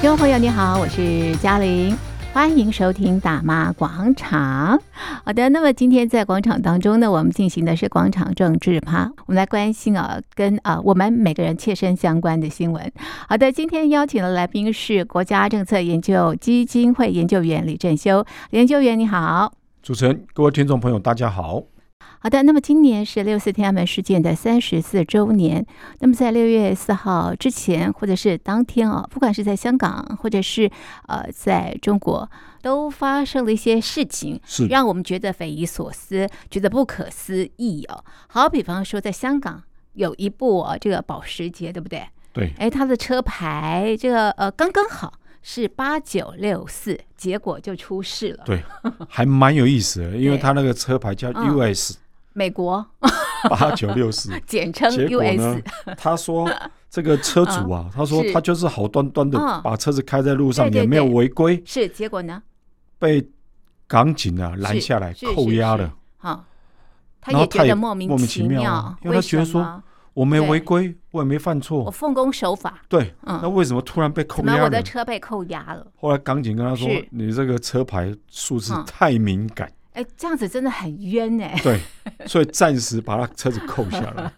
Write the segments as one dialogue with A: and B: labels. A: 听众朋友，你好，我是嘉玲，欢迎收听大妈广场。好的，那么今天在广场当中呢，我们进行的是广场政治趴，我们来关心啊，跟啊我们每个人切身相关的新闻。好的，今天邀请的来宾是国家政策研究基金会研究员李正修，李研究员你好。
B: 主持人，各位听众朋友，大家好。
A: 好的，那么今年是六四天安门事件的三十四周年。那么在六月四号之前，或者是当天啊，不管是在香港，或者是呃在中国，都发生了一些事情，
B: 是
A: 让我们觉得匪夷所思，觉得不可思议哦。好，比方说在香港有一部哦，这个保时捷，对不对？
B: 对，
A: 哎，它的车牌这个呃刚刚好是八九六四，结果就出事了。
B: 对还蛮有意思的，因为
A: 对
B: 他那个车牌叫
A: 嗯
B: US
A: 美国
B: 八九六四，
A: 简称
B: 结果
A: US
B: 呢，他说这个车主啊，他说
A: 是
B: 他就是好端端的
A: 嗯
B: 把车子开在路上，
A: 对对
B: 也没有
A: 对
B: 违规，
A: 是，结果呢？
B: 被港警啊拦
A: 是
B: 下来
A: 是是
B: 扣押
A: 是
B: 了。
A: 哈，他
B: 然
A: 也
B: 后
A: 觉
B: 他
A: 得
B: 也
A: 莫名
B: 莫名
A: 其
B: 其妙
A: 妙
B: 啊因为
A: 为
B: 他觉得
A: 什
B: 说
A: 么
B: 我没
A: 对
B: 违规，我也没犯
A: 我
B: 错，
A: 奉公守法，
B: 对，
A: 嗯
B: 那为什么突然被
A: 怎
B: 扣
A: 么
B: 押
A: 我的
B: 了？
A: 车被扣押了？
B: 后来港警跟他说
A: 是：“
B: 你这个车牌数字
A: 嗯
B: 太敏感，
A: 哎，这样子真的很冤哎、
B: 对，所以暂时把他车子扣下 来，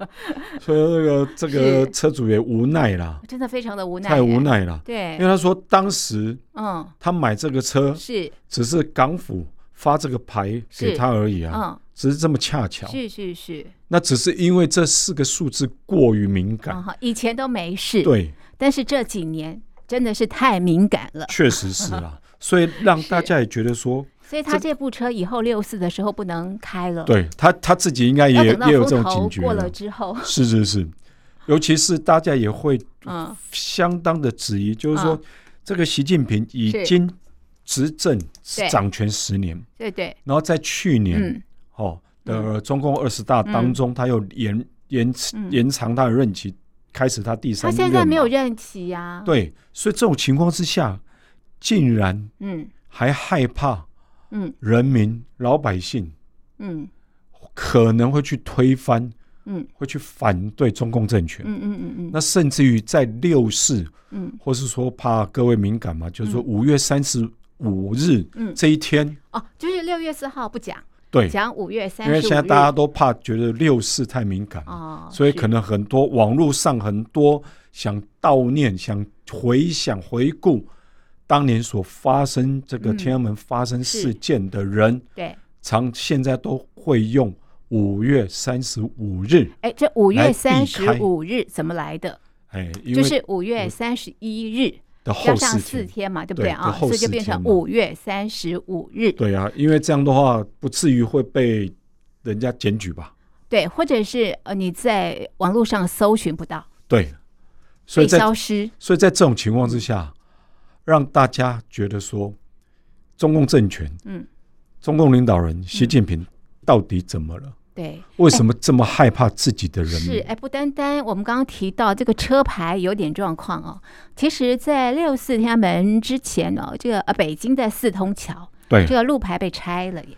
B: 所以那个这个
A: 是
B: 车主也无奈啦，
A: 真的非常的无奈、啊
B: 太无。奈啦，因为
A: 对，
B: 他说当时
A: 嗯，
B: 他买这个车
A: 是，
B: 只是港府发这个牌给他而已啊，
A: 嗯，
B: 只是这么恰巧，
A: 是是是，
B: 那只是因为这四个数字过于敏感，
A: 嗯哈，以前都没事，，
B: 对，
A: 但是这几年真的是太敏感了，
B: 确实是 啦，所以让大家也觉得说，
A: 所以他这部车以后六四的时候不能开了，，
B: 对他他自己应该也
A: 要等到
B: 也有这
A: 风
B: 种
A: 头
B: 警觉
A: 过了
B: 了，
A: 之后，
B: 是是是，尤其是大家也会
A: 嗯，
B: 相当的质疑，就是说、
A: 嗯
B: 这个习近平已经执政
A: 对
B: 掌权十年，
A: 对对，
B: 然后在去年、
A: 嗯，
B: 哦的中共二十大当中，他又延延
A: 嗯
B: 延长他的任期，开始他第
A: 他
B: 三任嘛。
A: 现在没有任期呀、，
B: 对，所以这种情况之下，竟然
A: 嗯
B: 还害怕
A: 嗯
B: 人民老百姓
A: 嗯
B: 可能会去推翻，
A: 嗯，
B: 会去反对中共政权。
A: 嗯嗯嗯嗯，
B: 那甚至于在六四
A: 嗯。
B: 或是说怕各位敏感嘛，就是说五月三十五日
A: 嗯
B: 这一天，
A: 哦，就是六月四号不讲，
B: 对，
A: 讲五月三
B: 因
A: 十
B: 为现在大家都怕觉得六四太敏感，
A: 哦，
B: 所以
A: 是
B: 可能很多网络上很多想悼念、想回想、回顾当年所发生这个
A: 嗯
B: 天安门发生
A: 是
B: 事件的人，
A: 对，
B: 常现在都会用五月三十五日，
A: 哎，这五
B: 来
A: 月
B: 避
A: 三十
B: 开
A: 五日怎么来的？
B: 哎，因
A: 就
B: 为
A: 是五月三十一日加
B: 的后
A: 上
B: 四
A: 四
B: 天。
A: 天嘛，对不
B: 对
A: 啊？
B: 的后
A: 所以就
B: 四
A: 变成
B: 天嘛
A: 五月三十五日，
B: 对啊，因为这样的话不至于会被人家检举吧？
A: 对，或者是呃你在网络上搜寻不到，
B: 对，所
A: 被
B: 以在
A: 消失，
B: 所以在这种情况之下，让大家觉得说，中共政权，
A: 嗯，
B: 中共领导人习近平到底怎么了？
A: 对。
B: 为什么这么害怕自己的人民？
A: 是，哎，不单单我们刚刚提到这个车牌有点状况哦，其实，在六四天安门之前哦，这个呃北京的四通桥，
B: 对
A: 这，个路牌被拆了耶，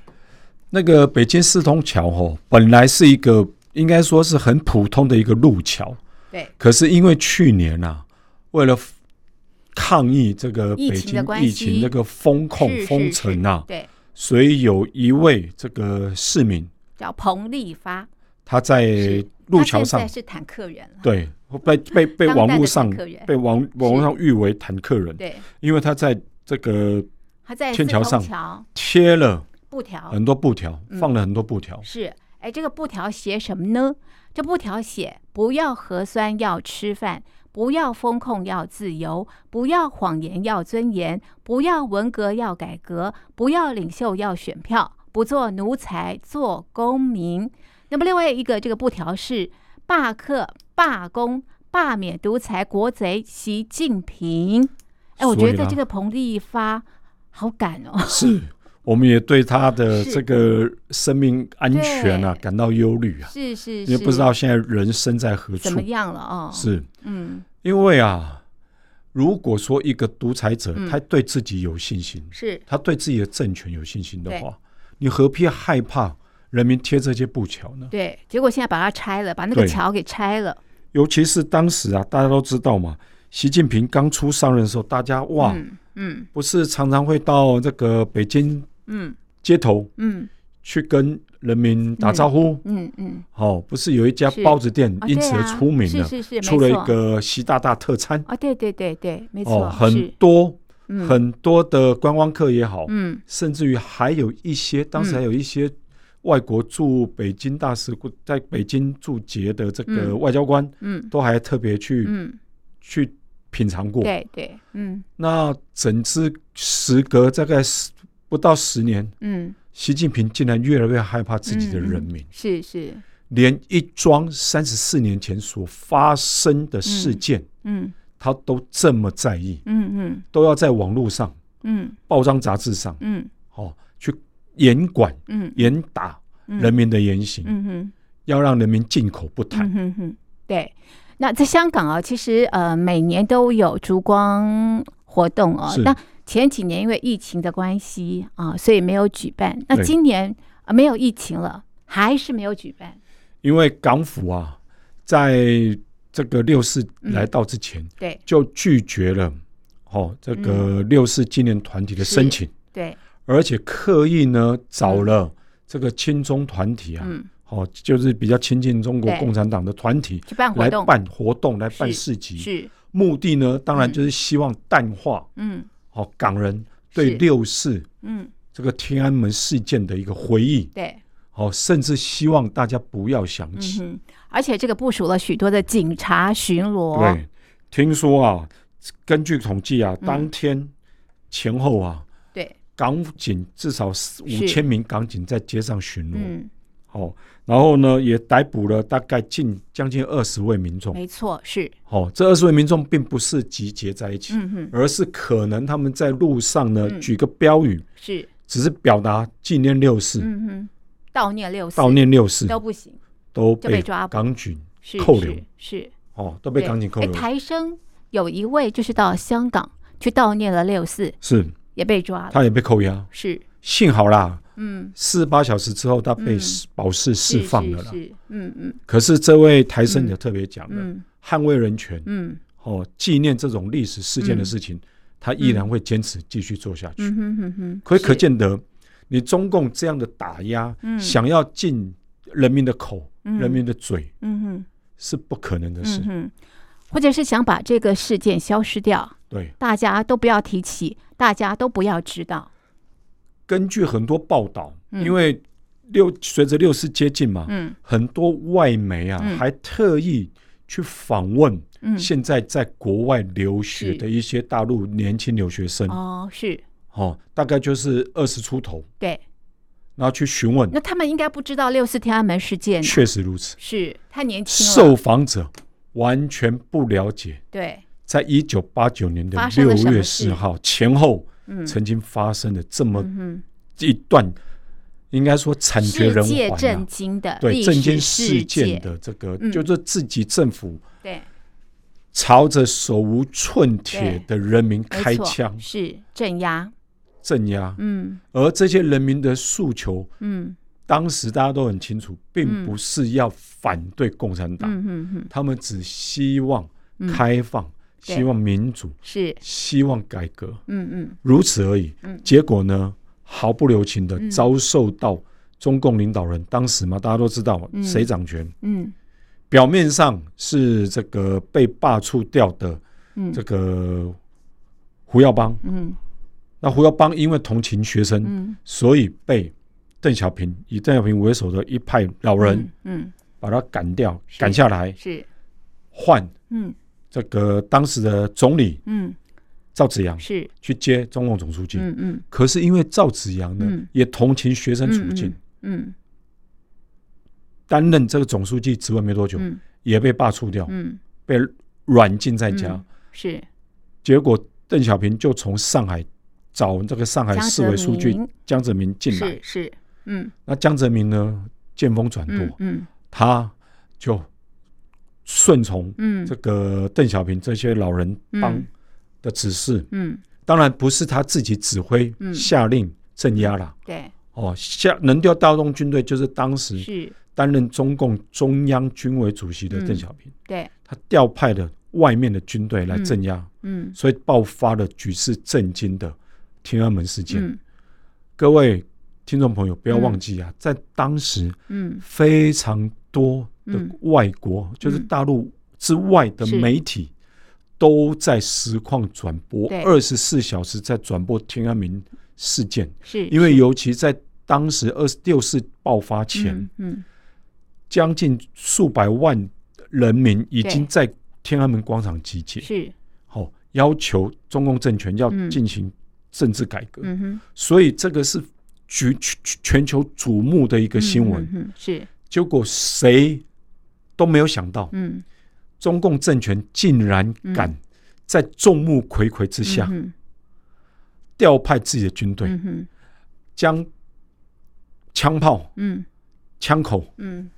B: 那个北京四通桥哦，本来是一个应该说是很普通的一个路桥，
A: 对，
B: 可是因为去年啊，为了抗议这个
A: 疫
B: 北
A: 情的
B: 京
A: 关系
B: 疫情那个封控
A: 是是
B: 封城啊，
A: 是对，
B: 所以有一位这个市民，
A: 叫彭丽发，
B: 他在
A: 是
B: 路桥上
A: 他现在是坦克人了，
B: 对，被被被
A: 当代的
B: 网络上
A: 坦克人
B: 被网网络上誉为坦克人，
A: 对，
B: 因为他在这个
A: 他在
B: 天桥上
A: 四通桥
B: 贴了
A: 布条
B: 很多布条，
A: 哦嗯
B: 放了很多布条，
A: 是，哎，这个布条写什么呢？这布条写不要核酸，要吃饭。不要风控，要自由；不要谎言，要尊严；不要文革，要改革；不要领袖，要选票；不做奴才，做公民。那么另外一个这个布条是罢课、罢工、罢免独裁国贼习近平。哎，我
B: 所
A: 觉
B: 以
A: 得
B: 啦
A: 这个彭丽发好感哦。
B: 是。我们也对他的
A: 是
B: 这个生命安全啊
A: 对
B: 感到忧虑啊，
A: 是是是，
B: 因为不知道现在人身在何
A: 怎
B: 处
A: 么。样了哦。，
B: 是
A: 嗯，
B: 因为啊，如果说一个独裁者
A: 嗯
B: 他对自己有信心，
A: 是
B: 他对自己的政权有信心的话，你何必害怕人民贴这些布条呢？
A: 对。结果现在把它拆了，把那个
B: 对
A: 桥给拆了。
B: 尤其是当时啊，大家都知道嘛，习近平刚出上任的时候，大家哇，
A: 嗯嗯
B: 不是常常会到这个北京
A: 嗯
B: 街头
A: 嗯
B: 去跟人民打招呼。
A: 嗯嗯，
B: 哦，不是有一家
A: 是
B: 包子店
A: 啊
B: 因此
A: 对
B: 而
A: 啊
B: 出名
A: 是
B: 了，
A: 是是，没
B: 出了
A: 错
B: 一个习大大特餐。
A: 哦，对对对对，没
B: 哦，
A: 错，
B: 很
A: 是
B: 多、
A: 嗯
B: 很多的观光客也好，
A: 嗯
B: 甚至于还有一些当
A: 嗯
B: 时还有一些外国驻北京大使馆在北京驻捷的这个
A: 嗯
B: 外交官，
A: 嗯
B: 都还特别去、
A: 嗯，
B: 去品尝过。
A: 对对，嗯
B: 那整支时隔大概十不到十年，
A: 嗯，
B: 习近平竟然越来越害怕自己的
A: 嗯
B: 人
A: 嗯
B: 民，
A: 是是，
B: 连一桩三十四年前所发生的事件，
A: 嗯
B: 他都这么在意，
A: 嗯嗯
B: 都要在网络上、
A: 嗯
B: 报章杂志上，
A: 嗯
B: 哦，去严管、
A: 嗯
B: 严打
A: 嗯，
B: 人民的言行，
A: 嗯哼。
B: 要让人民进口不谈。
A: 嗯哼哼，对。那在香港啊，其实呃每年都有烛光活动哦
B: 是。
A: 那前几年因为疫情的关系啊、所以没有举办。那
B: 对
A: 今年、呃、没有疫情了，还是没有举办。
B: 因为港府啊，在这个六四来到之前，
A: 对
B: 就拒绝了哦这个
A: 嗯
B: 六四纪念团体的申请，
A: 对，
B: 而且刻意呢找了这个亲中团体啊，
A: 嗯，
B: 哦就是比较亲近中国
A: 对
B: 共产党的团体
A: 去办活
B: 来
A: 动
B: 办活动，来
A: 是
B: 办市集。
A: 是，
B: 目的呢，当然
A: 嗯
B: 就是希望淡化
A: 嗯
B: 哦港人对
A: 是
B: 六四
A: 嗯，
B: 这个天安门事件的一个回忆，
A: 对，
B: 哦，甚至希望大家不要想
A: 嗯
B: 起。
A: 哼。而且这个部署了许多的警察巡逻，
B: 对，听说啊，根据统计啊，
A: 哦嗯
B: 当天前后啊，
A: 对，
B: 港警至少五千名港警在街上巡逻，
A: 嗯，
B: 哦，然后呢，也逮捕了大概近将近二十位民众，
A: 没错，是，
B: 哦，这二十位民众并不是集结在一起，
A: 嗯哼，
B: 而是可能他们在路上呢、
A: 嗯
B: 举个标语，
A: 是，
B: 只是表达纪念六四、
A: 嗯哼，悼念六四
B: 悼念六四，
A: 都不行，
B: 都
A: 就被
B: 被
A: 抓捕
B: 港警
A: 是
B: 扣留
A: 是。是
B: 哦，都被
A: 对
B: 港警扣
A: 哎
B: 留，
A: 台生有一位就是到香港去悼念了六四，
B: 是，
A: 也被抓了。
B: 他也被扣押，
A: 是，
B: 幸好啦。
A: 嗯，
B: 四十八小时之后，他被
A: 嗯
B: 释保释
A: 是
B: 释放了啦。
A: 是，是嗯嗯
B: 可是这位台生也特别讲了，
A: 嗯
B: 捍卫人权、
A: 嗯
B: 哦，纪念这种历史事件的事情，他依然会坚持继续做下去。
A: 嗯哼哼哼，
B: 可以
A: 是
B: 可，见得，你中共这样的打压，
A: 嗯
B: 想要进人民的口、
A: 嗯
B: 人民的嘴
A: 嗯哼
B: 是不可能的事。
A: 嗯哼，或者是想把这个事件消失掉，
B: 对，
A: 大家都不要提起，大家都不要知道。
B: 根据很多报道，
A: 嗯
B: 因为六随着六四接近嘛，
A: 嗯
B: 很多外媒啊、
A: 嗯
B: 还特意去访问
A: 嗯，
B: 现在在国外留学
A: 是
B: 的一些大陆年轻留学生，
A: 哦，是
B: 哦，大概就是二十出头，
A: 对，
B: 然后去询问
A: 那，他们应该不知道六四天安门事件啊，
B: 确实如此。
A: 是太年轻了，
B: 受访者完全不了解，
A: 对，
B: 在一九八九年的
A: 发生
B: 六
A: 了什
B: 月
A: 么
B: 四
A: 事
B: 号前后，
A: 嗯
B: 曾经发生的这么
A: 嗯哼。
B: 一段，应该说惨绝
A: 世
B: 人
A: 界
B: 寰、
A: 震
B: 啊。
A: 惊的
B: 对
A: 历
B: 震惊
A: 史
B: 事件
A: 界，
B: 的这个，
A: 嗯
B: 就是自己政府
A: 对，
B: 朝着手无寸铁的人民
A: 没
B: 开
A: 错
B: 枪
A: 是镇压，
B: 镇压，
A: 嗯
B: 而这些人民的诉求，
A: 嗯
B: 当时大家都很清楚，并不是要反对共产党，
A: 嗯嗯嗯，
B: 他们只希望
A: 嗯
B: 开放，
A: 对
B: 希望民主，
A: 是，
B: 希望改革，
A: 嗯嗯
B: 如此而已。
A: 嗯
B: 结果呢，毫不留情的遭受到中共领导人，当时嘛，大家都知道
A: 嗯
B: 谁掌权，
A: 嗯
B: 表面上是这个被罢黜掉的
A: 嗯
B: 这个胡耀邦，
A: 嗯
B: 那胡耀邦因为同情学生，
A: 嗯，
B: 所以被邓小平以邓小平为首的一派老人。
A: 嗯，
B: 把他赶掉，
A: 是
B: 赶下来
A: 嗯，是，
B: 换
A: 嗯
B: 这个当时的总理
A: 嗯
B: 赵紫阳
A: 是，
B: 去接中共总书记。
A: 嗯嗯
B: 可是因为赵紫阳呢，
A: 嗯
B: 也同情学生处境，
A: 嗯
B: 担任这个总书记职位没多久，
A: 嗯
B: 也被罢黜掉，
A: 嗯，
B: 被软禁在家。
A: 嗯是
B: 结果邓小平就从上海找这个上海市委书记
A: 江泽民
B: 江泽民进来
A: 是。是，嗯
B: 那江泽民呢，见风转舵，
A: 嗯嗯
B: 他就顺从
A: 嗯
B: 这个邓小平这些老人帮
A: 嗯
B: 的指示。
A: 嗯，
B: 当然不是他自己指挥、
A: 嗯
B: 下令镇压啦。
A: 对，
B: 哦，下能调调动军队就是当时
A: 是，嗯
B: 担任中共中央军委主席的邓小平，
A: 对，
B: 他调派的外面的军队来镇压，
A: 嗯
B: 所以爆发了举世震惊的天安门事件。
A: 嗯
B: 各位听众朋友，不要忘记啊，在当时
A: 嗯
B: 非常多的
A: 嗯
B: 外国，就是大陆之外的
A: 是
B: 媒体。都在实况转播，
A: 对
B: 二十四小时在转播天安门事件，
A: 是，
B: 因为尤其在当时二六四爆发前，
A: 嗯嗯
B: 将近数百万人民已
A: 对
B: 经在天安门广场集结，
A: 是，
B: 好、要求中共政权要
A: 嗯
B: 进行政治改革，
A: 嗯哼，
B: 所以这个是举全全球瞩目的一个新闻。
A: 嗯哼是，
B: 结果谁都没有想到，
A: 嗯，
B: 中共政权竟然敢在众目睽睽之下、
A: 嗯
B: 调派自己的军队，
A: 哼，嗯哼
B: 将枪炮、
A: 嗯
B: 枪口
A: 嗯，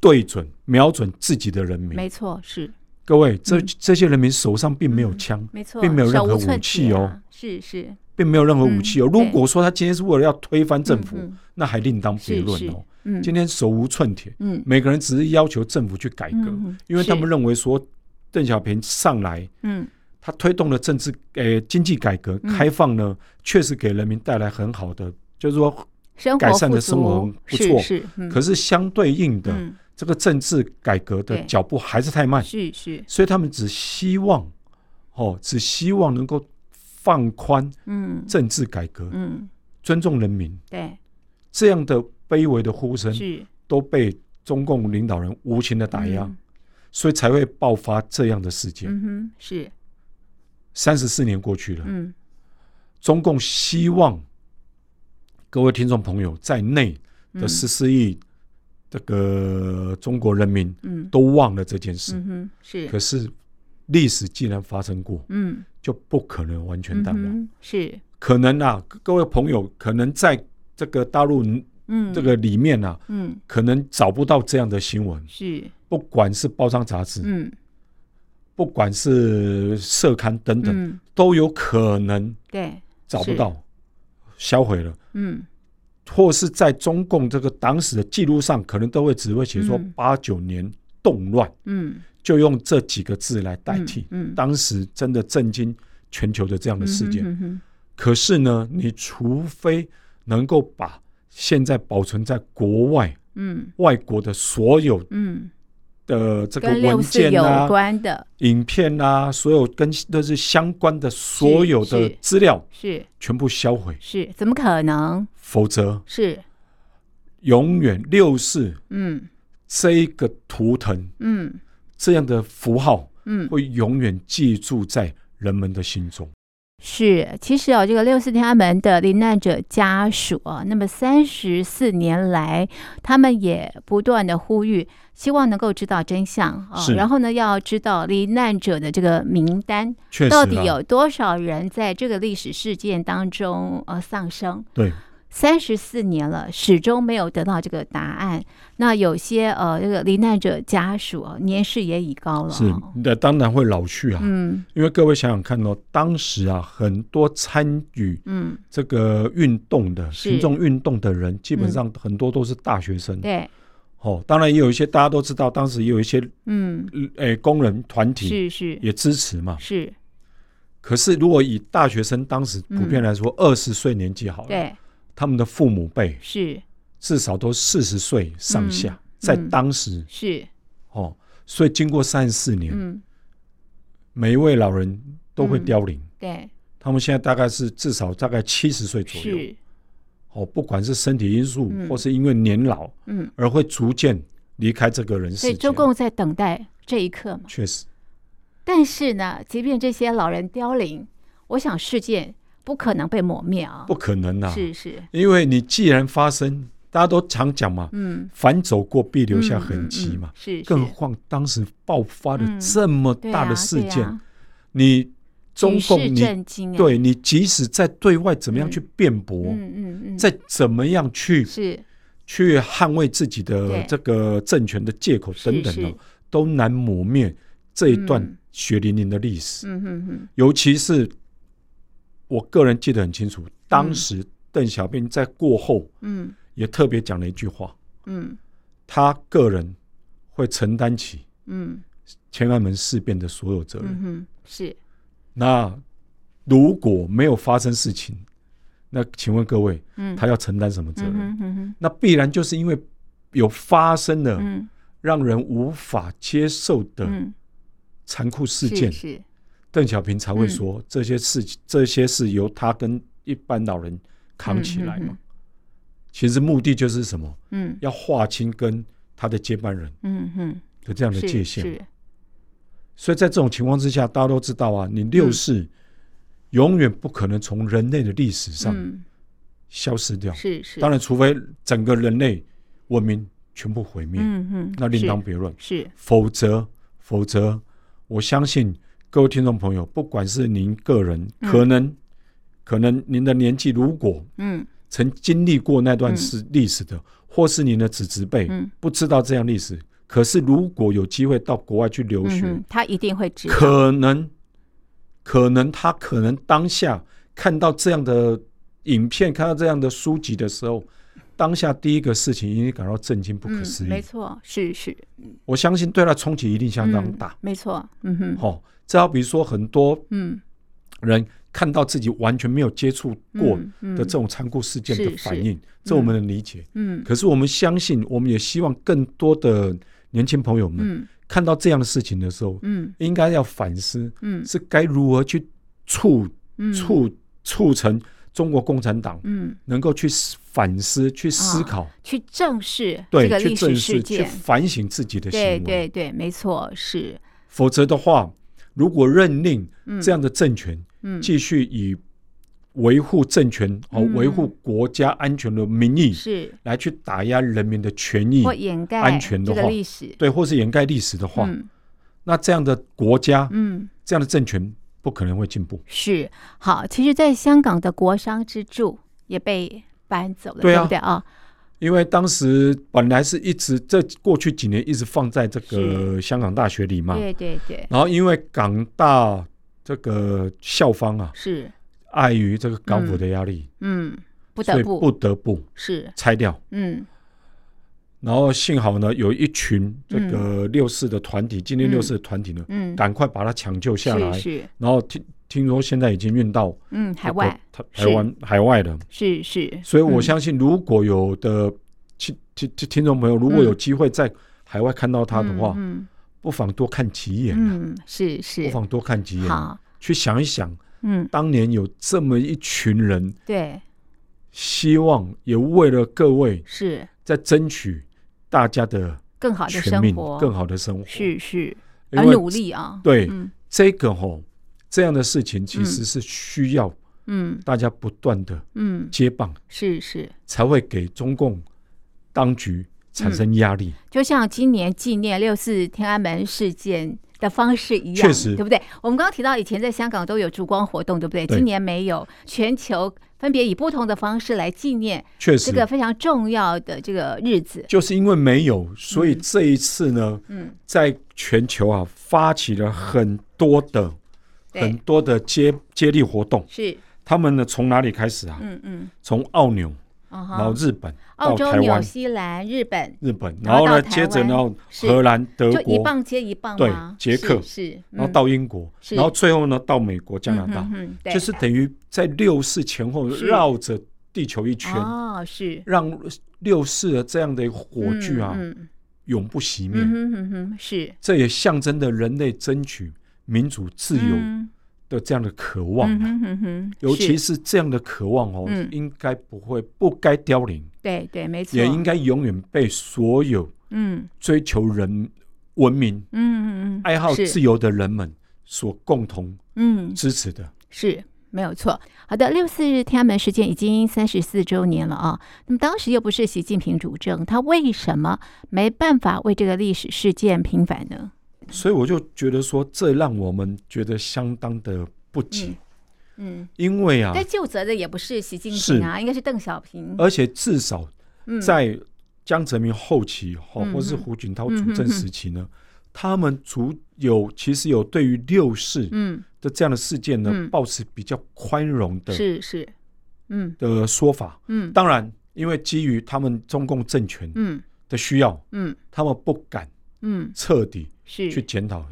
B: 对准、瞄准自己的人民。
A: 没错，是
B: 各位，这、
A: 嗯
B: 这些人民手上并没有枪，
A: 没错，
B: 并没有任
A: 手
B: 何
A: 无寸
B: 武器
A: 铁
B: 哦
A: 啊，是是，
B: 并没有任何武器哦。
A: 嗯
B: 如
A: 对
B: 果说他今天是为了要推翻政府，
A: 嗯嗯
B: 那还另当别
A: 是
B: 论
A: 是
B: 哦。，
A: 嗯
B: 今天手无寸铁，
A: 嗯
B: 每个人只是要求政府去改革，
A: 嗯嗯
B: 因为他
A: 是
B: 们认为说邓小平上来，
A: 嗯
B: 他推动了政治呃经济改革、
A: 嗯
B: 开放呢，确实给人民带来很好的，就是说，
A: 生活
B: 改善
A: 富
B: 的生活
A: 足
B: 不
A: 是
B: 错
A: 是，嗯
B: 可是相对啊应的、
A: 嗯
B: 这个政治改革的
A: 对
B: 脚步还是太慢，
A: 嗯是是，
B: 所以他们只希望哦，只希望能够放宽
A: 嗯
B: 政治改革，
A: 嗯
B: 尊重人民
A: 对
B: 这样的卑微的呼声
A: 是
B: 都被中共领导人无情的打压，
A: 嗯
B: 所以才会爆发这样的事件。
A: 嗯哼是
B: 三十四年过去了，
A: 嗯
B: 中共希望各位听众朋友在内的
A: 嗯
B: 十四亿这个中国人民
A: 嗯
B: 都忘了这件事，
A: 嗯哼是
B: 可是历史既然发生过，
A: 嗯
B: 就不可能完全
A: 嗯
B: 淡忘。
A: 哼是
B: 可能啊，各位朋友可能在这个大陆
A: 嗯
B: 这个里面啊，
A: 嗯
B: 可能找不到这样的新闻，
A: 是
B: 不管是包装杂志，
A: 嗯
B: 不管是社刊等等，
A: 嗯
B: 都有可能
A: 对
B: 找不到，销毁了，
A: 嗯
B: 或是在中共这个党史的记录上，可能都会只会写说
A: 嗯
B: 八九年动乱，
A: 嗯
B: 就用这几个字来代替。
A: 嗯嗯
B: 当时真的震惊全球的这样的事件，
A: 嗯哼嗯哼
B: 可是呢，你除非能够把现在保存在国外
A: 嗯
B: 外国的所有
A: 嗯
B: 的这个
A: 跟六
B: 文
A: 四
B: 件
A: 有
B: 啊、
A: 关的
B: 影片啊，所有跟都是相关的所有的
A: 是
B: 资料
A: 是
B: 全部销毁，
A: 是怎么可能
B: 否则
A: 是
B: 永远六四
A: 嗯
B: 这一个图腾
A: 嗯
B: 这样的符号
A: 嗯。
B: 会永远记住在人们的心中。
A: 是，其实哦，这个六四天安门的罹难者家属啊，那么三十四年来，他们也不断的呼吁，希望能够知道真相啊、
B: 是
A: 然后呢，要知道罹难者的这个名单，
B: 确实、啊，
A: 到底有多少人在这个历史事件当中呃丧生？
B: 对
A: 三十四年了，始终没有得到这个答案。那有些呃，这个罹难者家属啊，年事也已高了、
B: 是
A: 哦，
B: 那当然会老去啊。
A: 嗯
B: 因为各位想想看哦，当时啊，很多参与
A: 嗯，
B: 这个运动的
A: 是嗯
B: 群众运动的人，基本上很多都是大学生。
A: 对，
B: 哦，当然也有一些大家都知道，当时也有一些
A: 嗯，
B: 呃诶工人团体
A: 是是
B: 也支持嘛。
A: 是，
B: 可是如果以大学生当时
A: 嗯
B: 普遍来说，二十岁年纪好了，
A: 对
B: 他们的父母辈
A: 是。
B: 至少都四十岁上下，
A: 嗯
B: 在
A: 嗯
B: 当时
A: 是，
B: 哦，所以经过三十四年，
A: 嗯，
B: 每一位老人都会
A: 嗯
B: 凋零。
A: 对，
B: 他们现在大概是至少大概七十岁左右
A: 是，
B: 哦，不管是身体因素、
A: 嗯
B: 或是因为年老
A: 嗯，
B: 而会逐渐离开这个人世
A: 所以
B: 间。
A: 中共在等待这一刻嘛。
B: 确实
A: 但是呢，即便这些老人凋零，我想事件不可能被抹灭啊。
B: 不可能啊，
A: 是是，
B: 因为你既然发生，大家都常讲嘛，
A: 嗯，
B: 凡走过必留下
A: 嗯
B: 痕迹嘛，，
A: 嗯嗯是，
B: 更
A: 是
B: 况当时爆发
A: 嗯
B: 了这么
A: 对
B: 大
A: 啊
B: 的事
A: 对
B: 件，
A: 啊
B: 你中
A: 举
B: 共
A: 世
B: 你
A: 震惊啊，
B: 对你即使在对外怎么样去辩驳，
A: 嗯嗯嗯，
B: 再怎么样去
A: 是
B: 去捍卫自己的
A: 对
B: 这个政权的借口等等
A: 是
B: 的
A: 是，
B: 都难磨灭这一段
A: 嗯
B: 血淋淋的历史。
A: 嗯嗯嗯，
B: 尤其是我个人记得很清楚，当时邓小平在过后
A: 嗯
B: 也特别讲了一句话，
A: 嗯
B: 他个人会承担起
A: 嗯，
B: 天安门事变的所有责任。
A: 嗯哼，是
B: 那如果没有发生事情，那请问各位，
A: 嗯，
B: 他要承担什么责任？
A: 嗯哼嗯
B: 那必然就是因为有发生了
A: 哼嗯
B: 让人无法接受的
A: 嗯
B: 残酷事件，
A: 是嗯是
B: 邓小平才会说、这些事情，这些是由他跟一般老人扛起来嘛。
A: 嗯嗯
B: 其实目的就是什么？
A: 嗯
B: 要划清跟他的接班人
A: 嗯嗯
B: 的这样的
A: 是
B: 界限嘛。
A: 是
B: 所以在这种情况之下，大家都知道啊，
A: 嗯
B: 你六世永远不可能从人类的历史上
A: 嗯
B: 消失掉。
A: 是是，
B: 当然，除非整个人类文明全部毁灭，
A: 嗯嗯，
B: 那另
A: 是
B: 当别论。
A: 是
B: 否则，否则，我相信各位听众朋友，不管是您个人，
A: 嗯
B: 可能可能您的年纪如果
A: 嗯
B: 曾经历过那段
A: 嗯
B: 是历史的，或是您的子侄辈
A: 嗯
B: 不知道这样历史，可是如果有机会到国外去留
A: 嗯
B: 学，
A: 哼，他一定会知道，
B: 可能，可能他可能当下看到这样的影片，看到这样的书籍的时候，当下第一个事情一定感到震惊、不可
A: 嗯
B: 思议。
A: 没错，是是
B: 我相信对他冲击一定相当大。
A: 嗯，没错，嗯哼，
B: 哦，这好比说很多
A: 嗯，
B: 人看到自己完全没有接触过
A: 嗯
B: 的
A: 嗯
B: 这种残酷事件的
A: 是
B: 反
A: 是
B: 应，这我们能理解。
A: 嗯
B: 可是我们相信，我们也希望更多的年轻朋友们
A: 嗯
B: 看到这样的事情的时候，
A: 嗯
B: 应该要反思，
A: 嗯
B: 是该如何去促
A: 嗯，
B: 促促成中国共产党
A: 嗯
B: 能够去思反思、去
A: 啊
B: 思考，
A: 去正视这
B: 对
A: 个，
B: 去
A: 历史
B: 正
A: 事
B: 视、去
A: 件，
B: 反省自己的行
A: 对
B: 为。
A: 对对，没错，是
B: 否则的话，如果认令
A: 嗯
B: 这样的政权
A: 嗯
B: 继续以维护政权、哦
A: 嗯
B: 维护国家安全的名义
A: 是
B: 来去打压人民的权益
A: 或，掩盖
B: 安全的
A: 这个
B: 话
A: 历史，
B: 对，或是掩盖历史的话，
A: 嗯
B: 那这样的国家、
A: 嗯。
B: 这样的政权不可能会进步。
A: 是好，其实，在香港的国殇之柱也被搬走了，
B: 对啊
A: 不对啊？
B: 因为当时本来是一直这过去几年一直放在这个香港大学里嘛，
A: 对对对，
B: 然后因为港大这个校方啊，
A: 是，
B: 碍于这个港府的压力，
A: 嗯，不
B: 所
A: 得
B: 以
A: 不
B: 不得不
A: 是，
B: 拆掉。
A: 嗯
B: 然后幸好呢，有一群这个六四的团体，今天六四的团体呢，
A: 嗯，
B: 赶快把它抢救下来
A: 是。是，
B: 然后听听说现在已经运到
A: 嗯，
B: 这
A: 海
B: 个
A: 外
B: 台台湾海外了。
A: 是是，
B: 所以我
A: 嗯
B: 相信，如果有的听听听听众朋友，如果有机会在海外看到他的话，
A: 嗯
B: 不妨多看几眼啊，
A: 嗯嗯是
B: 不
A: 是，
B: 妨多看几眼，
A: 好，
B: 去想一想，
A: 嗯，
B: 当年有这么一群人，
A: 对，
B: 希望也为了各位
A: 是
B: 在争取大家的
A: 更好的
B: 全
A: 生
B: 民、
A: 活，
B: 更好的生活，
A: 是是，
B: 因
A: 而
B: 为
A: 努力啊，
B: 对
A: 嗯
B: 这个吼、这样的事情其实是需要
A: 嗯
B: 大家不断的
A: 嗯，
B: 接棒，
A: 是是。
B: 才会给中共当局产生压力。
A: 就像今年纪念六四天安门事件的方式一样，
B: 确实
A: 对不对？我们刚刚提到以前在香港都有烛光活动，对不对？
B: 对
A: 今年没有，全球分别以不同的方式来纪念
B: 确
A: 这
B: 实，
A: 个非常重要的这个日子。
B: 就是因为没有，所以这一次呢，
A: 嗯，
B: 在全球啊发起了很多的、
A: 对，
B: 很多的接接力活动。
A: 是，
B: 他们呢从哪里开始啊？
A: 嗯嗯，
B: 从澳纽，
A: 啊
B: 然后
A: 哈，
B: 日本
A: 澳
B: 到
A: 洲、
B: 台
A: 纽
B: 湾、
A: 西兰、日本，
B: 日本，
A: 然
B: 然
A: 后
B: 后
A: 到
B: 呢
A: 台
B: 接着
A: 湾
B: 然后
A: 是
B: 荷兰、德
A: 就一
B: 国，
A: 棒接一棒
B: 对
A: 吗？
B: 捷克
A: 是，是
B: 然后到英国，
A: 是
B: 然后最后呢到美国、加拿大
A: 嗯。嗯嗯对
B: 就是等于在六四前后
A: 是
B: 绕着地球一圈，
A: 哦，是
B: 让六四的这样的火炬啊、
A: 嗯嗯
B: 永不熄灭。
A: 嗯哼哼哼，是
B: 这也象征着人类争取民主自由
A: 嗯
B: 的这样的渴望、
A: 嗯
B: 啊。
A: 哼哼哼，
B: 尤
A: 是
B: 其是这样的渴望哦，
A: 嗯
B: 应该不会不该凋零，
A: 对对，没错，
B: 也应该永远被所有
A: 嗯
B: 追求人文明、
A: 嗯嗯嗯，
B: 爱好
A: 是
B: 自由的人们所共同
A: 嗯
B: 支持的。
A: 是没有错。好的，六四日天安门事件已经三十四周年了啊。那么当时又不是习近平主政，他为什么没办法为这个历史事件平反呢？
B: 所以我就觉得说，这让我们觉得相当的不解，
A: 嗯嗯，
B: 因为啊，
A: 该就责的也不是习近
B: 是呃
A: 平啊，应该是邓小平。
B: 而且至少
A: 嗯，
B: 在江泽民后期哈、
A: 嗯
B: 或是
A: 嗯
B: 胡锦涛
A: 嗯
B: 主
A: 哼
B: 政
A: 哼
B: 时期呢，他们足有其实有对于六四
A: 嗯
B: 的这样的事件呢，
A: 嗯
B: 保持比较宽容的
A: 是是，嗯
B: 的说法。
A: 嗯
B: 当然，因为基于他们中共政权
A: 嗯
B: 的需要，
A: 嗯
B: 他们不敢
A: 嗯，
B: 彻底
A: 是
B: 去检讨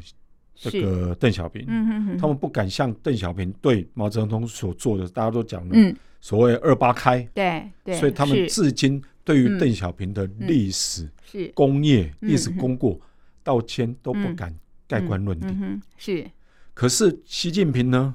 B: 这
A: 是
B: 个邓小平。
A: 嗯哼哼，
B: 他们不敢像邓小平对毛泽东所做的，大家都讲了
A: 嗯，
B: 所谓二八开，
A: 对对，
B: 所以他们
A: 是
B: 至今对于
A: 嗯
B: 邓小平的历史
A: 是
B: 功业、
A: 嗯
B: 历史功过、道歉都不敢盖棺论定。
A: 嗯哼是
B: 可是习近平呢，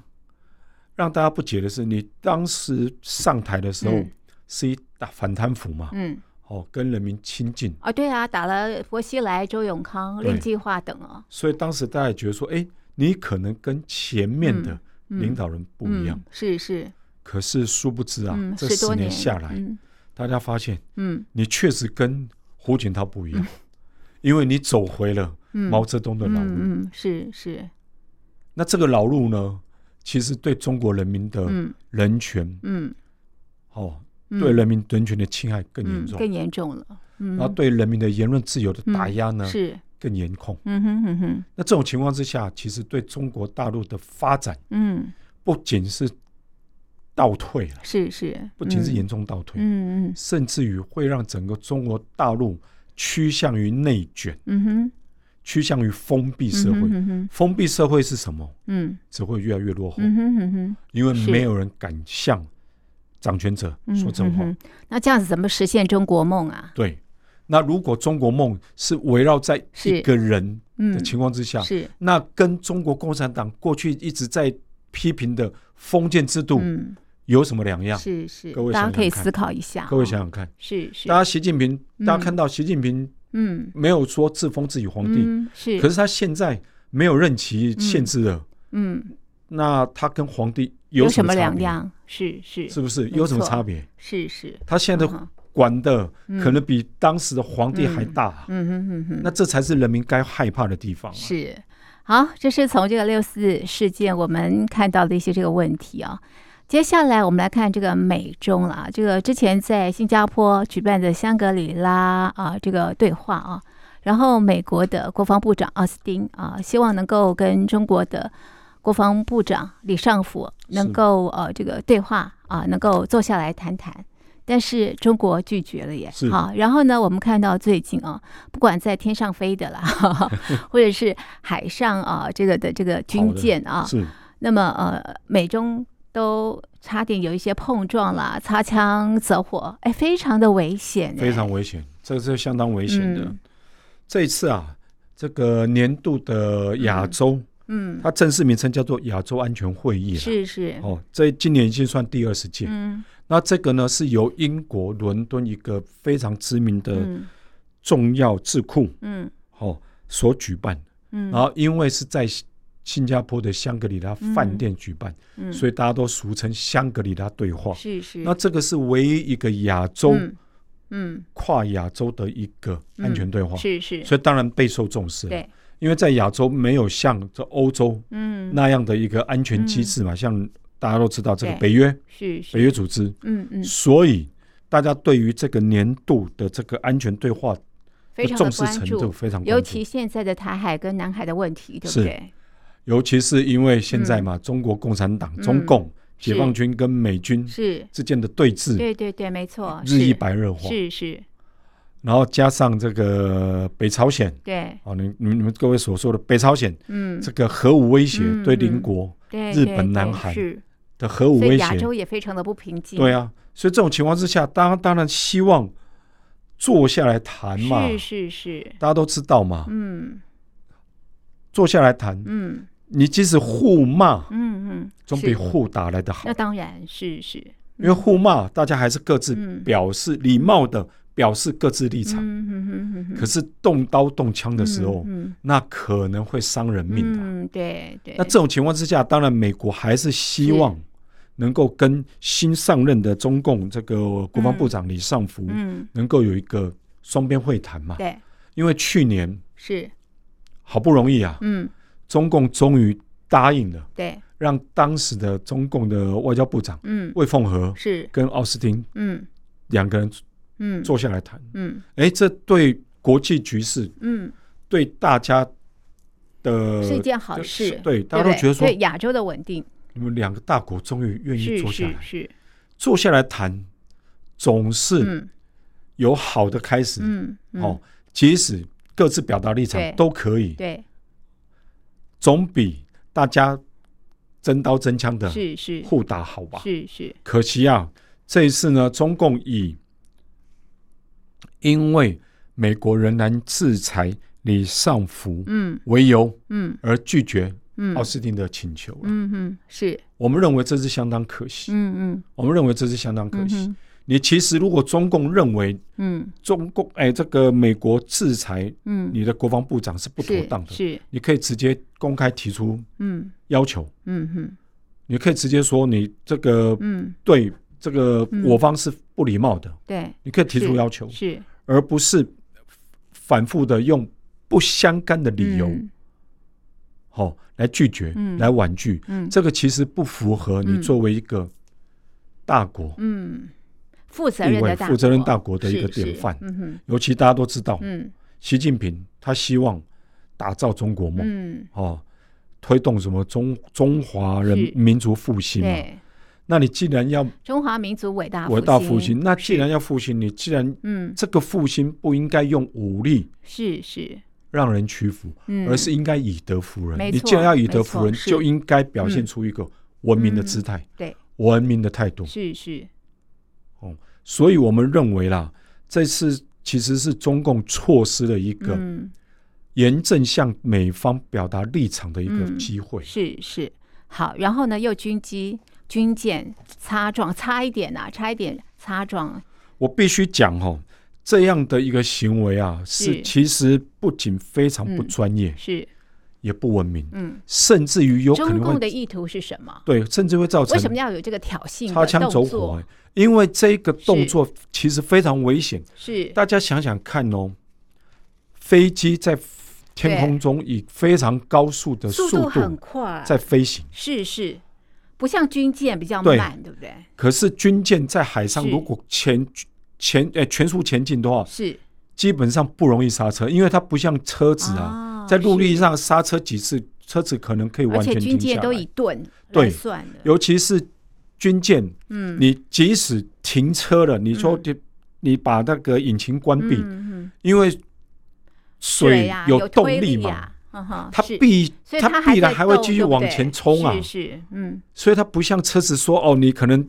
B: 让大家不解的是，你当时上台的时候
A: 嗯
B: 是一打反贪腐嘛，
A: 嗯
B: 哦，跟人民亲近，
A: 啊对啊，打了薄熙来、周永康、
B: 对
A: 令计划等哦，
B: 所以当时大家也觉得说，哎，你可能跟前面的
A: 嗯
B: 领导人不一样。
A: 嗯是是，
B: 可是殊不知啊，
A: 嗯，
B: 这
A: 十多
B: 十年下来，
A: 嗯
B: 大家发现
A: 嗯
B: 你确实跟胡锦涛不一样，因为你走回了
A: 嗯，
B: 毛泽东的老路。
A: 嗯嗯是是，
B: 那这个老路呢，其实对中国人民的
A: 嗯
B: 人权，
A: 嗯，
B: 哦，
A: 嗯
B: 对人民人权的侵害更
A: 嗯
B: 严重，
A: 更严重了，嗯，
B: 然后对人民的言论自由的打压呢、
A: 是，
B: 更严控。
A: 嗯哼哼哼，
B: 那这种情况之下，其实对中国大陆的发展
A: 嗯
B: 不仅是倒退了，
A: 是是，
B: 不仅是
A: 嗯
B: 严重倒退，
A: 嗯嗯
B: 甚至于会让整个中国大陆趋向于内卷，
A: 嗯哼，
B: 趋向于封闭
A: 嗯
B: 社会。
A: 哼哼哼
B: 封闭社会是什么？
A: 嗯
B: 只会越来越落后，
A: 嗯哼哼哼。
B: 因为
A: 是
B: 没有人敢向掌权者
A: 嗯
B: 说真话。
A: 嗯哼那这样子怎么实现中国梦啊？
B: 对，那如果中国梦是围绕在
A: 是
B: 一个人的
A: 嗯，
B: 情况之下，
A: 是，
B: 那跟中国共产党过去一直在批评的封建制度
A: 嗯，
B: 有什么两样？
A: 是是
B: 各，位
A: 大家
B: 想
A: 可以
B: 想看
A: 思考一下。啊
B: 各位想，想看，
A: 是是
B: 大，家习近平，
A: 嗯
B: 大家看到习近平
A: 嗯，
B: 没有说自封自己皇帝，
A: 嗯是，
B: 可是他现在没有任期限制了，
A: 嗯，
B: 那他跟皇帝
A: 有
B: 什么
A: 么
B: 差
A: 两
B: 别？
A: 样？是是
B: 是不是
A: 错
B: 有什么差别？
A: 是是，
B: 他现
A: 嗯
B: 在的
A: 哼
B: 管的
A: 嗯
B: 可能比当时的皇帝还大啊、
A: 嗯哼哼哼，
B: 那这才是人民该害怕的地方、啊。
A: 是，好，这是从这个六四事件我们看到的一些这个问题啊。接下来我们来看这个美中了啊，这个之前在新加坡举办的香格里拉啊这个对话啊，然后美国的国防部长奥斯汀啊，希望能够跟中国的国防部长李尚福能
B: 是
A: 够呃这个对话啊，能够坐下来谈谈。但是中国拒绝了耶，
B: 是
A: 好、然后呢，我们看到最近啊，不管在天上飞的啦， 或者是海上啊这个的这个军舰啊，
B: 是
A: 那么呃美中都差点有一些碰撞啦，擦枪走火，哎，非常的危险、哎
B: 非常危险，这是相当危险的。
A: 嗯
B: 这一次啊，这个年度的亚洲，
A: 嗯，
B: 它正式名称叫做亚洲安全会议了。
A: 是是，
B: 哦，这今年已经算第二十届。
A: 嗯
B: 那这个呢，是由英国伦敦一个非常知名的
A: 嗯
B: 重要智库、
A: 嗯
B: 哦所举办，
A: 嗯，
B: 然后因为是在新新加坡的香格里拉饭店举办，
A: 嗯
B: 所以大家都俗称香格里拉对话。
A: 是是，
B: 那这个是唯一一个亚洲、
A: 嗯嗯
B: 跨亚洲的一个安全对话，
A: 是是，
B: 所以当然备受重视。
A: 对，
B: 因为在亚洲没有像这欧洲
A: 嗯
B: 那样的一个安全机制嘛，像大家都知道这个
A: 对
B: 北约，
A: 是
B: 北
A: 是，
B: 约组织，
A: 嗯嗯，
B: 所以大家对于这个年度的这个安全对话的
A: 非常
B: 重
A: 的
B: 视
A: 关
B: 程度
A: 注。
B: 非常
A: 尤
B: 关
A: 其
B: 注，
A: 现在的台海跟南海的问题，对不
B: 是
A: 对？
B: 尤其是因为现在嘛，中国共产党、
A: 嗯
B: 中共、
A: 是
B: 解放军跟美军
A: 是，
B: 之间的对峙
A: 对对对，没错，
B: 日益
A: 是
B: 白热化，
A: 是是，
B: 然后加上这个北朝鲜。
A: 对，
B: 哦，你你们你们各位所说的北朝鲜，
A: 嗯，
B: 这个核武威胁
A: 嗯
B: 对邻国
A: 对
B: 日
A: 对
B: 本南
A: 对
B: 韩
A: 是，
B: 的核武
A: 所以
B: 威
A: 亚
B: 胁，
A: 洲也非常的不平静。
B: 对，啊，所以这种情况之下，当当然希望坐下来谈嘛，
A: 是是是，
B: 大家都知道嘛，
A: 嗯
B: 坐下来谈，
A: 嗯
B: 你即使互骂，
A: 嗯嗯，
B: 总
A: 是
B: 比互打来的好
A: 那，当然是是，
B: 因为互骂大家还是各自
A: 嗯
B: 表示礼貌的表示各自立
A: 嗯
B: 场，
A: 嗯嗯嗯嗯，
B: 可是动刀动枪的时候，
A: 嗯
B: 那可能会伤人命的啊。
A: 嗯，对对，
B: 那这种情况之下，当然美国还是希望能够跟新上任的中共这个国防部长李尚福
A: 嗯
B: 能够有一个双边会谈嘛。
A: 对
B: 因为去年
A: 是，
B: 好不容易啊，
A: 嗯
B: 中共终于答应了，
A: 对，
B: 让当时的中共的外交部长
A: 嗯
B: 魏凤和
A: 是，
B: 跟奥斯汀
A: 嗯
B: 两个人
A: 嗯
B: 坐下来谈。
A: 嗯
B: 哎，这对国际局势，
A: 嗯，
B: 对大家呃的
A: 是一件好
B: 这
A: 事，
B: 对，大家
A: 不
B: 都
A: 对
B: 觉得说
A: 对，亚洲的稳定
B: 你们两个大国终于愿意
A: 是
B: 坐下来
A: 是。是，
B: 坐下来谈，总是
A: 嗯
B: 有好的开始。
A: 嗯，嗯
B: 哦，即使各自表达立场
A: 对
B: 都可以，
A: 对，
B: 总比大家真刀真枪的
A: 是是
B: 互打好吧？
A: 是是，
B: 可惜啊，这一次呢，中共以因为美国仍然制裁李尚福
A: 嗯
B: 为由
A: 嗯
B: 而拒绝
A: 嗯
B: 奥斯汀的请求了。
A: 嗯嗯是，
B: 我们认为这是相当可惜，
A: 嗯嗯
B: 我们认为这是相当可
A: 嗯
B: 惜。
A: 哼
B: 你其实如果中共认为
A: 嗯
B: 中共哎这个美国制裁
A: 嗯，
B: 你的国防部长是不妥
A: 是
B: 当的，
A: 是
B: 你可以直接公开提出
A: 嗯
B: 要求，
A: 嗯哼
B: 你可以直接说你这个
A: 嗯
B: 对这个
A: 嗯
B: 我方是不礼貌的，
A: 对，
B: 你可以提出要求，
A: 是
B: 而不是反复的用不相干的理由
A: 嗯
B: 好、哦来拒绝、
A: 嗯
B: 来婉拒，
A: 嗯
B: 这个其实不符合你
A: 嗯
B: 作为一个大国、
A: 嗯负责
B: 地
A: 任
B: 位、
A: 的大
B: 负责任大
A: 国
B: 国的一
A: 是
B: 个典
A: 是
B: 范。
A: 嗯哼
B: 尤其大家都知道，
A: 嗯
B: 习近平他希望打造中国梦，
A: 嗯
B: 哦，推动什么中中华人
A: 是
B: 民族复兴嘛。
A: 对，
B: 那你既然要
A: 中华民族伟大
B: 伟大复兴，那既
A: 是
B: 然要复兴，你既然
A: 嗯
B: 这个复兴不应该用武力
A: 是是
B: 让人屈服，
A: 嗯，
B: 而是应该以德服人
A: 没。
B: 你
A: 错
B: 既然要以德
A: 没
B: 服
A: 错
B: 人，
A: 是嗯
B: 就应该表现出一个文明的姿态、
A: 对
B: 文明的态度。
A: 是是
B: 所以我们认为啦，这次其实是中共错失了一个
A: 嗯。
B: 严正向美方表达立场的一个
A: 嗯
B: 机会。
A: 是是，好，然后呢，又军机、军舰擦撞，差一点呐、差一点擦撞，
B: 我必须讲哦，这样的一个行为啊，是
A: 是
B: 其实不仅非常不专业，
A: 是，
B: 也不文明，
A: 嗯，
B: 甚至于有可
A: 中
B: 能
A: 共
B: 会
A: 的意图是什么？
B: 对，甚至会造成
A: 为什么要有这个挑衅
B: 擦
A: 的
B: 枪
A: 动
B: 走火、
A: 作？
B: 欸因为这个动作其实非常危险。
A: 是，
B: 大家想想看哦，飞机在天空中以非常高速的速
A: 速度很
B: 度
A: 快，
B: 在飞行，
A: 是是，不像军舰比较
B: 对
A: 慢，对不对？
B: 可是军舰在海上
A: 是
B: 如果前前呃全速前进的话，
A: 是
B: 基本上不容易刹车，因为它不像车子啊，
A: 啊
B: 在陆地
A: 是
B: 上刹车几次，车子可能可以完
A: 而且
B: 全
A: 军
B: 停下
A: 舰都以
B: 来。
A: 吨
B: 对
A: 来算的，
B: 尤其是军舰，
A: 嗯，
B: 你即使停车了，你说
A: 嗯
B: 你你把那个引擎关闭，
A: 嗯嗯嗯
B: 因为
A: 水
B: 水
A: 呀
B: 有动
A: 推力
B: 嘛，
A: 呀，嗯哼，
B: 它
A: 是
B: 必
A: 所以
B: 它
A: 还
B: 必然
A: 在
B: 还会
A: 动
B: 继续
A: 对不
B: 往
A: 对
B: 前冲啊
A: 是是，嗯，
B: 所以它不像车子说哦，你可能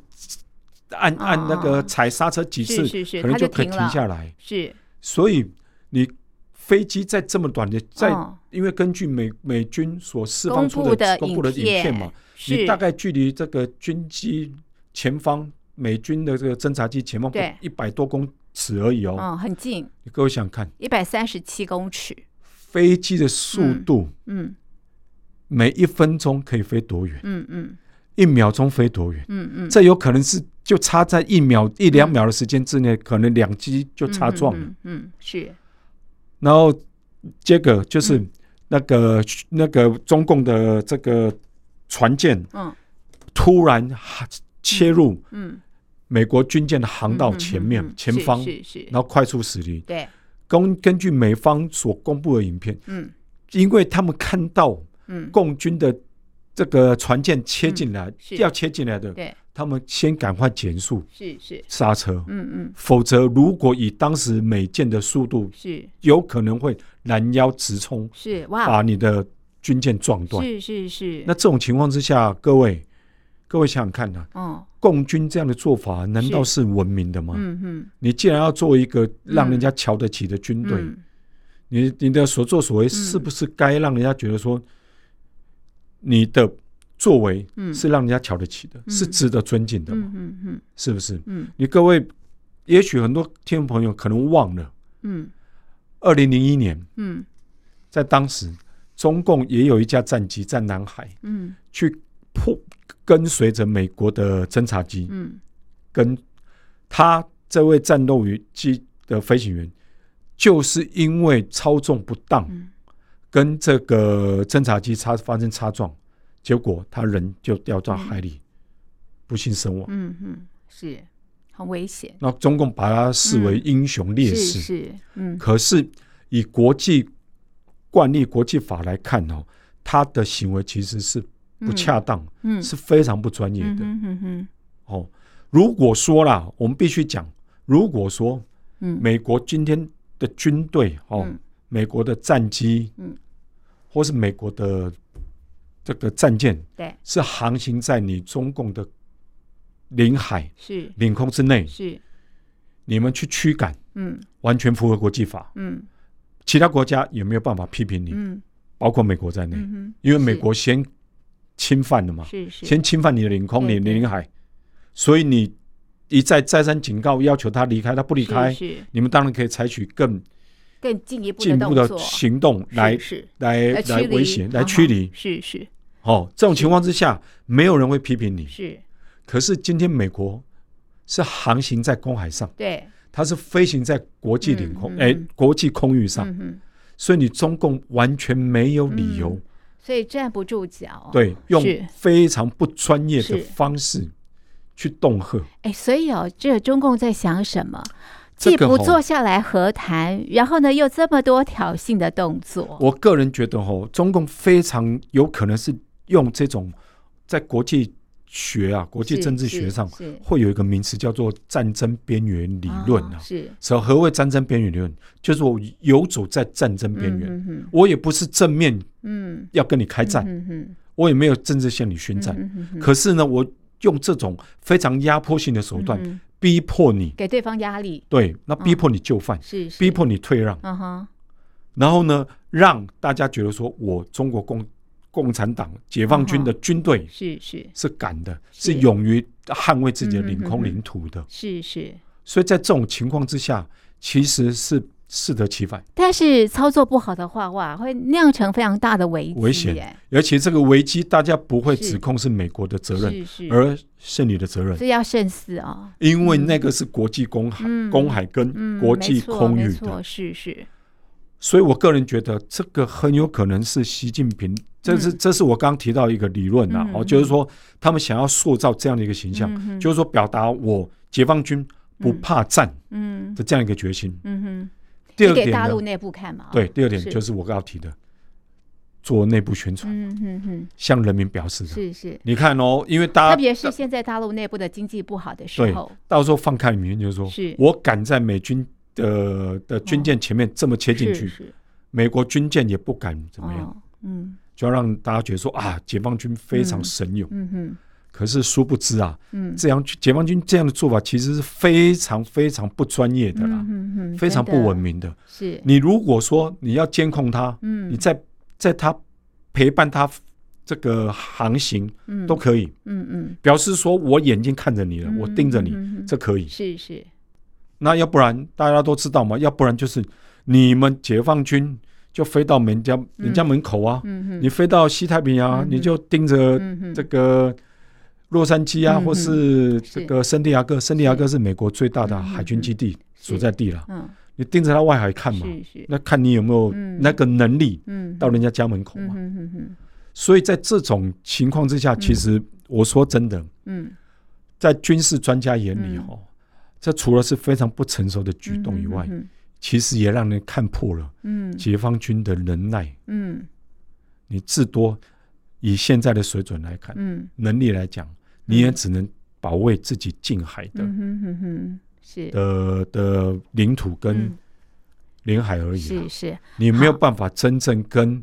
B: 按按那个
A: 哦
B: 踩刹车几
A: 是
B: 次，
A: 是是
B: 可能
A: 它就
B: 可以
A: 停
B: 停
A: 了
B: 下来。
A: 是，
B: 所以你飞机在这么短的在，
A: 哦
B: 因为根据美美军所释放
A: 公
B: 出
A: 布的
B: 公布的影片嘛，，你
A: 是
B: 大概距离这个军机前方美军的这个侦察机前方
A: 对
B: 一百多公尺而已哦。
A: 嗯很近，
B: 你各位想想看，
A: 一百三十七公尺，
B: 飞机的速
A: 嗯
B: 度、
A: 嗯
B: 每一分钟可以飞多远？
A: 嗯嗯
B: 一秒钟飞多远？
A: 嗯嗯，
B: 这有可能是就差在一秒一两秒的时间之内，可能两机就
A: 嗯
B: 擦
A: 嗯
B: 撞了。
A: 嗯嗯是
B: 然后接着
A: 嗯
B: 就是那个、那个中共的这个船舰
A: 嗯
B: 突然哈切入
A: 嗯
B: 美国军舰的航道
A: 嗯嗯嗯
B: 前面、
A: 嗯
B: 前
A: 是
B: 方，
A: 是是，
B: 然后快速驶离。
A: 对，
B: 根根据美方所公布的影片，
A: 嗯
B: 因为他们看到
A: 嗯
B: 共军的这个船舰切进来，
A: 是
B: 要切进来的，
A: 对
B: 他们先赶快减速
A: 是是，
B: 刹车，
A: 嗯嗯
B: 否则如果以当时美舰的速度，
A: 是
B: 有可能会拦腰直冲，
A: 是哇
B: 把你的军舰撞断。
A: 啊是是是，
B: 啊那这种情况之下，各位，各位想想看啊，
A: 哦
B: 共军这样的做法难道是文明的吗？
A: 嗯嗯
B: 你既然要做一个让人家瞧得起的军队，
A: 嗯
B: 你你的所作所为是不是该让人家觉得说，你的作为
A: 嗯
B: 是让人家瞧得起的，是值得尊敬的吗？
A: 嗯嗯嗯
B: 是不是？
A: 嗯
B: 你各位，也许很多听众朋友可能忘了，
A: 嗯
B: 二零零一年
A: 嗯
B: 在当时，中共也有一架战机在南海
A: 嗯
B: 去破跟随着美国的侦察机，
A: 嗯
B: 跟他这位战斗机的飞行员，就是因为操纵不当，
A: 嗯
B: 跟这个侦察机擦发生擦撞，结果他人就掉到海里，不幸身亡。
A: 嗯嗯是很危险，
B: 那中共把他视为英雄烈
A: 嗯是
B: 士，
A: 是嗯
B: 可是以国际惯例、国际法来看哦，他的行为其实是不恰当，
A: 嗯
B: 是非常不专业
A: 嗯
B: 的、
A: 嗯嗯嗯
B: 哦。如果说啦，我们必须讲，如果说
A: 嗯
B: 美国今天的军队哦，
A: 嗯
B: 美国的战机，
A: 嗯，
B: 或是美国的这个战舰，
A: 对，
B: 是航行在你中共的领海
A: 是
B: 领空之内，
A: 是，
B: 你们去驱赶，
A: 嗯
B: 完全符合国际法，
A: 嗯
B: 其他国家也没有办法批评你，
A: 嗯
B: 包括美国在内，
A: 嗯哼，
B: 因为美
A: 是
B: 国先侵犯了嘛，
A: 是是
B: 先侵犯你的领空、
A: 对
B: 你的
A: 对
B: 领海，所以你一再再三警告，要求他离开，他不离
A: 是
B: 开，
A: 是
B: 你们当然可以采取更
A: 更进一步
B: 进一步
A: 动
B: 的
A: 作
B: 行动来
A: 是
B: 来
A: 是
B: 来
A: 驱
B: 威
A: 离
B: 胁、
A: 啊
B: 来
A: 哈
B: 驱离。
A: 是是
B: 哦，这种情况之下，没有人会批评你。
A: 是，
B: 可是今天美国是航行在公海上，
A: 对，
B: 它是飞行在国际领空，
A: 嗯嗯
B: 哎、
A: 嗯
B: 国际空域上，
A: 嗯哼，
B: 所以你中共完全没有理由、
A: 嗯所以站不住脚，，
B: 对用
A: 是
B: 非常不专业的
A: 是
B: 方式去恫吓。
A: 哎，所以哦，这中共在想什么？
B: 这
A: 既
B: 个
A: 不
B: 吼
A: 坐下来和谈，然后呢，又这么多挑衅的动作，
B: 我个人觉得哦，中共非常有可能是用这种在国际学啊、国际
A: 是
B: 政治
A: 是
B: 学上
A: 是
B: 会有一个名词叫做战争边缘理论
A: 哦
B: 啊。
A: 是
B: 所以何谓战争边缘理论？就是我游走在战争边缘，
A: 嗯哼
B: 我也不是正面
A: 嗯，
B: 要跟你开战，
A: 嗯哼
B: 我也没有政治向你宣战。
A: 嗯哼哼
B: 可是呢，我用这种非常压迫性的手段、
A: 嗯哼
B: 逼迫你，
A: 给对方压力，
B: 对，那逼迫你就范，
A: 是是
B: 逼，迫你退让，
A: 嗯哼，
B: 然后呢，让大家觉得说我中国共共产党解放军的军队
A: 是是
B: 是敢的，
A: 啊是
B: 是勇于捍卫自己的领
A: 嗯嗯嗯嗯
B: 空领土的。
A: 是是，
B: 所以在这种情况之下，其实是适得其反。
A: 但是操作不好的话，哇，会酿成非常大的危
B: 危
A: 机
B: 险
A: 耶
B: 而且这个危机，大家不会
A: 是
B: 指控是美国的责任，
A: 是是，
B: 而是你的责任，
A: 所以要慎思哦。
B: 因为那个是国际公海、
A: 嗯
B: 公海跟
A: 嗯，
B: 国
A: 没
B: 际
A: 错
B: 空
A: 没
B: 域
A: 错
B: 的。
A: 是是，
B: 所以我个人觉得，这个很有可能是习近平，这是、这是我刚刚提到一个理论啊，
A: 嗯
B: 哦，
A: 嗯
B: 就是说他们想要塑造这样的一个形象，
A: 嗯哼
B: 就是说表达我解放军不怕战
A: 嗯
B: 的这样一个决心。
A: 嗯哼，
B: 第二
A: 你
B: 点
A: 给大
B: 呢
A: 陆，内部看嘛，哦
B: 对，，第二点
A: 是
B: 就是我刚刚提的，做内部宣传，
A: 嗯哼哼，
B: 向人民表示的。
A: 是是，
B: 你看哦，因为大家
A: 特别是现在大陆内部的经济不好的时
B: 对
A: 候，
B: 到时候放开里面就是说，
A: 是哦
B: 我敢在美军的的军舰前面这么切进
A: 是
B: 去，
A: 是，
B: 美国军舰也不敢怎么样，
A: 哦，嗯
B: 就要让大家觉得说啊，解放军非常神勇。
A: 嗯哼
B: 可是殊不知啊，
A: 嗯。
B: 这样解放军这样的做法其实是非常非常不专业的啦
A: 嗯，哼哼，
B: 啊非常
A: 真的
B: 不文明的。
A: 是，
B: 你如果说你要监控他，你
A: 嗯
B: 在在他陪伴他这个航行
A: 嗯
B: 都可以，
A: 嗯嗯，
B: 表示说我眼睛看着你了，
A: 嗯
B: 我盯着你，
A: 嗯嗯嗯
B: 这可以。
A: 是是，
B: 那要不然大家都知道嘛，要不然就是你们解放军就飞到人家、人家门口啊，
A: 嗯哼，
B: 你飞到西太平洋啊、
A: 嗯哼
B: 你就盯着
A: 嗯哼
B: 这个洛杉矶啊，
A: 嗯哼
B: 或是这个圣地亚哥，圣地亚哥是美国最大的
A: 嗯哼
B: 海军基地所在地了，
A: 嗯
B: 你盯着它外海看嘛，
A: 是是，
B: 那看你有没有
A: 嗯
B: 那个能力
A: 嗯
B: 到人家家门口
A: 嗯
B: 嘛。
A: 哼哼哼，
B: 所以在这种情况之下，其实我说真的，
A: 嗯，
B: 在军事专家眼里
A: 嗯
B: 哦，这除了是非常不成熟的举动以外，
A: 嗯
B: 其实也让人看破了
A: 嗯
B: 解放军的能耐。
A: 嗯
B: 你至多以现在的水准来看，
A: 嗯
B: 能力来讲，你也只能保卫自己近海的、
A: 嗯哼哼哼，是
B: 的的领土跟
A: 嗯
B: 领海而已啦、啊
A: 是是，
B: 你没有办法真正跟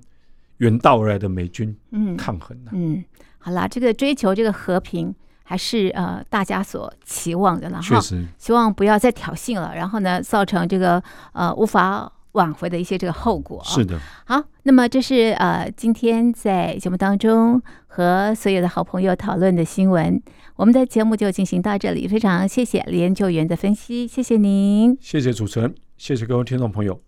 B: 远道而来的美军
A: 嗯
B: 抗衡啊。
A: 嗯，好啦，这个追求这个和平还是呃大家所期望的了哈
B: 确。实，
A: 希望不要再挑衅了，然后呢，造成这个呃无法挽回的一些这个后果、啊。
B: 是的，
A: 好，那么这是呃今天在节目当中和所有的好朋友讨论的新闻。我们的节目就进行到这里，非常谢谢李研究员的分析，谢谢您。
B: 谢谢主持人，谢谢各位听众朋友。